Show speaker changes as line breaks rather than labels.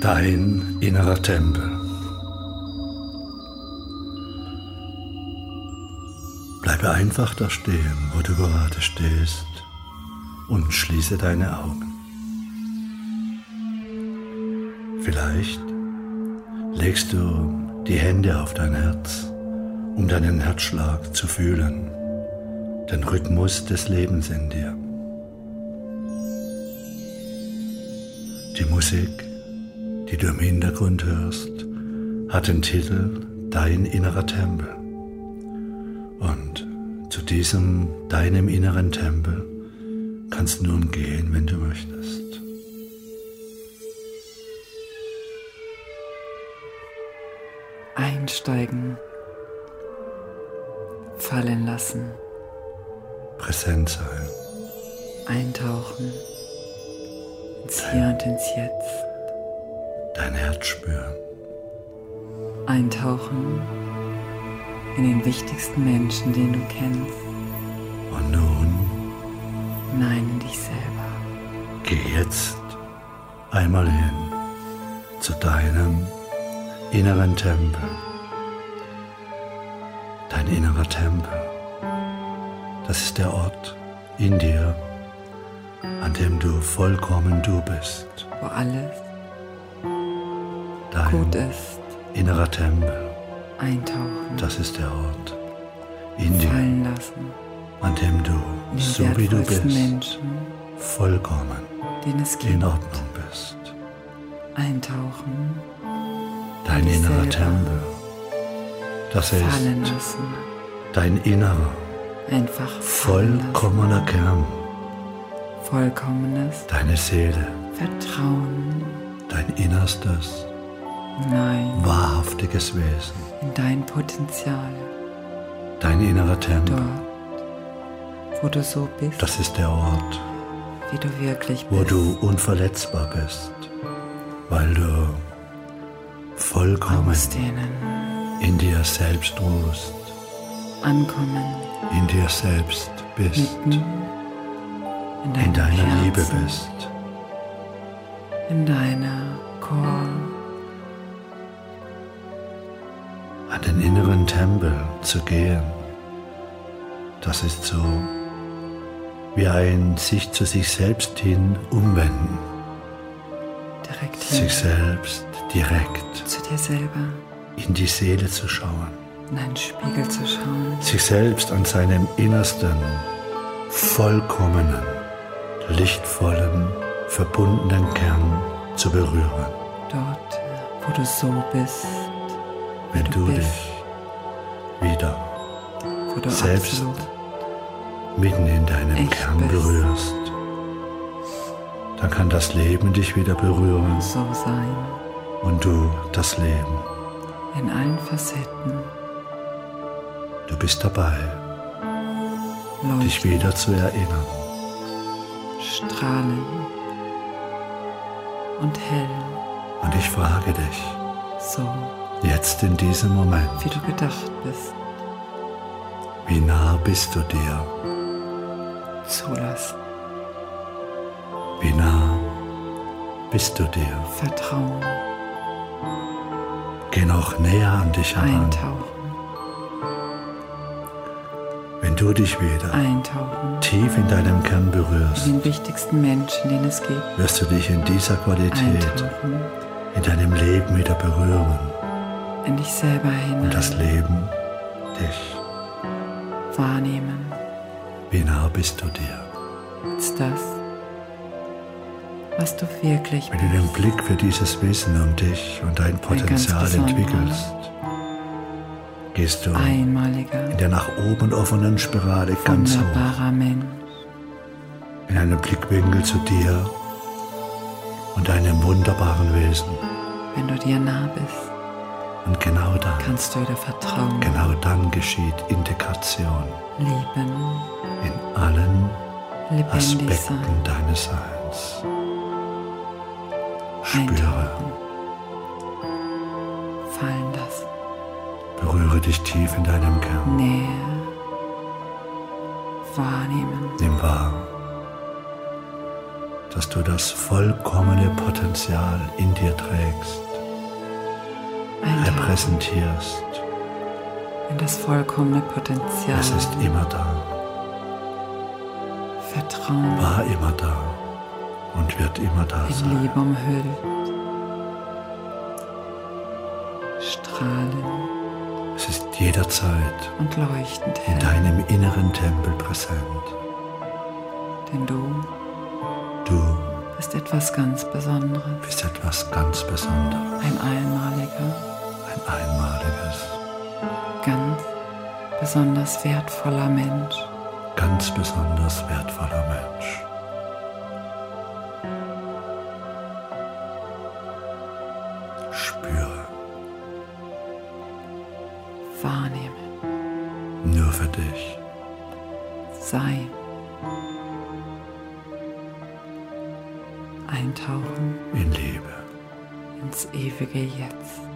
Dein innerer Tempel. Bleibe einfach da stehen, wo du gerade stehst und schließe deine Augen. Vielleicht legst du die Hände auf dein Herz, um deinen Herzschlag zu fühlen, den Rhythmus des Lebens in dir. Die Musik, die du im Hintergrund hörst, hat den Titel Dein innerer Tempel. Und zu diesem deinem inneren Tempel kannst nun gehen, wenn du möchtest.
Einsteigen. Fallen lassen.
Präsent sein.
Eintauchen. Ins Hier und ins Jetzt.
Dein Herz spüren.
Eintauchen in den wichtigsten Menschen, den du kennst.
Und nun
Nein, in dich selber.
Geh jetzt einmal hin zu deinem inneren Tempel. Dein innerer Tempel. Das ist der Ort in dir, an dem du vollkommen du bist.
Wo alles
Dein
gut ist.
innerer Tempel.
Eintauchen.
Das ist der Ort in dir,
fallen lassen.
an dem du,
In den
so wie du
wertvollsten
bist,
Menschen,
vollkommen
den es gibt.
in Ordnung bist.
Eintauchen.
Dein
dich
innerer
selber.
Tempel. Das ist
Fallen lassen.
dein innerer,
Einfach fallen lassen.
vollkommener Kern,
vollkommenes
deine Seele,
Vertrauen.
dein innerstes,
Nein,
wahrhaftiges Wesen,
in dein Potenzial.
dein innerer Tempel.
Dort, wo du so bist,
Das ist der Ort,
wie du wirklich bist.
wo du unverletzbar bist, weil du vollkommen
Ausdehnen,
in dir selbst ruhst,
ankommen,
in dir selbst bist,
mitten in deinem
in deiner
Herzen,
Liebe bist,
in deiner Core,
an den inneren Tempel zu gehen. Das ist so wie ein sich zu sich selbst hin umwenden.
direkt hin
sich selbst direkt
zu dir selber,
in die Seele zu schauen,
in einen Spiegel zu schauen,
sich selbst an seinem innersten, vollkommenen, lichtvollen, verbundenen Kern zu berühren.
dort, wo du so bist,
Wenn
Du
du
bist.
dich wieder
wo du
Selbst.
absolut
mitten in deinem
Ich
Kern
bist.
berührst, dann kann das Leben dich wieder berühren
so sein,
und du das Leben.
in allen Facetten,
Du bist dabei, dich
leuchten,
wieder zu erinnern.
strahlen und hell,
Und ich frage dich,
so
jetzt in diesem Moment,
wie du gedacht bist,
Wie nah bist du dir?
zulassen,
Wie nah bist du dir?
Vertrauen,
Geh noch näher an dich heran.
eintauchen,
Wenn du dich wieder
eintauchen.
tief in deinem Kern berührst,
den wichtigsten Menschen, den es gibt,
wirst du dich in dieser Qualität
eintauchen,
in deinem Leben wieder berühren
in dich selber
und das
hinein,
Leben dich.
wahrnehmen,
Wie nah bist du dir?
als das, was du wirklich
Wenn du den
bist.
Blick für dieses Wissen um dich und dein Potenzial
ganz besonderer.
entwickelst, gehst du in
Einmaliger,
der nach oben offenen Spirale ganz hoch.
wunderbarer Mensch,
in einem Blickwinkel zu dir und deinem wunderbaren Wesen.
wenn du dir nah bist,
Und genau dann,
kannst du wieder vertrauen,
genau dann geschieht Integration
lieben,
in allen
lebendig sein,
Aspekten deines Seins. Spüre,
eintauchen, fallen lassen,
berühre dich tief in deinem Kern.
näher, wahrnehmen,
Nimm wahr, dass du das vollkommene Potenzial in dir trägst,
Eintauchen
repräsentierst.
in das vollkommene
Es ist
Potenzial.
immer da,
Vertrauen
war immer da und wird immer da
in
sein.
Liebe um umhüllt. Strahlen
Es ist jederzeit
und leuchtend
in
hell,
deinem inneren Tempel präsent.
denn du
Du
bist etwas ganz Besonderes,
bist etwas ganz Besonderes,
ein einmaliger,
ein einmaliges,
ganz besonders wertvoller Mensch.
ganz besonders wertvoller Mensch. Spüre
Wahrnehmen,
nur für dich.
sein. Eintauchen
in Liebe,
ins ewige Jetzt.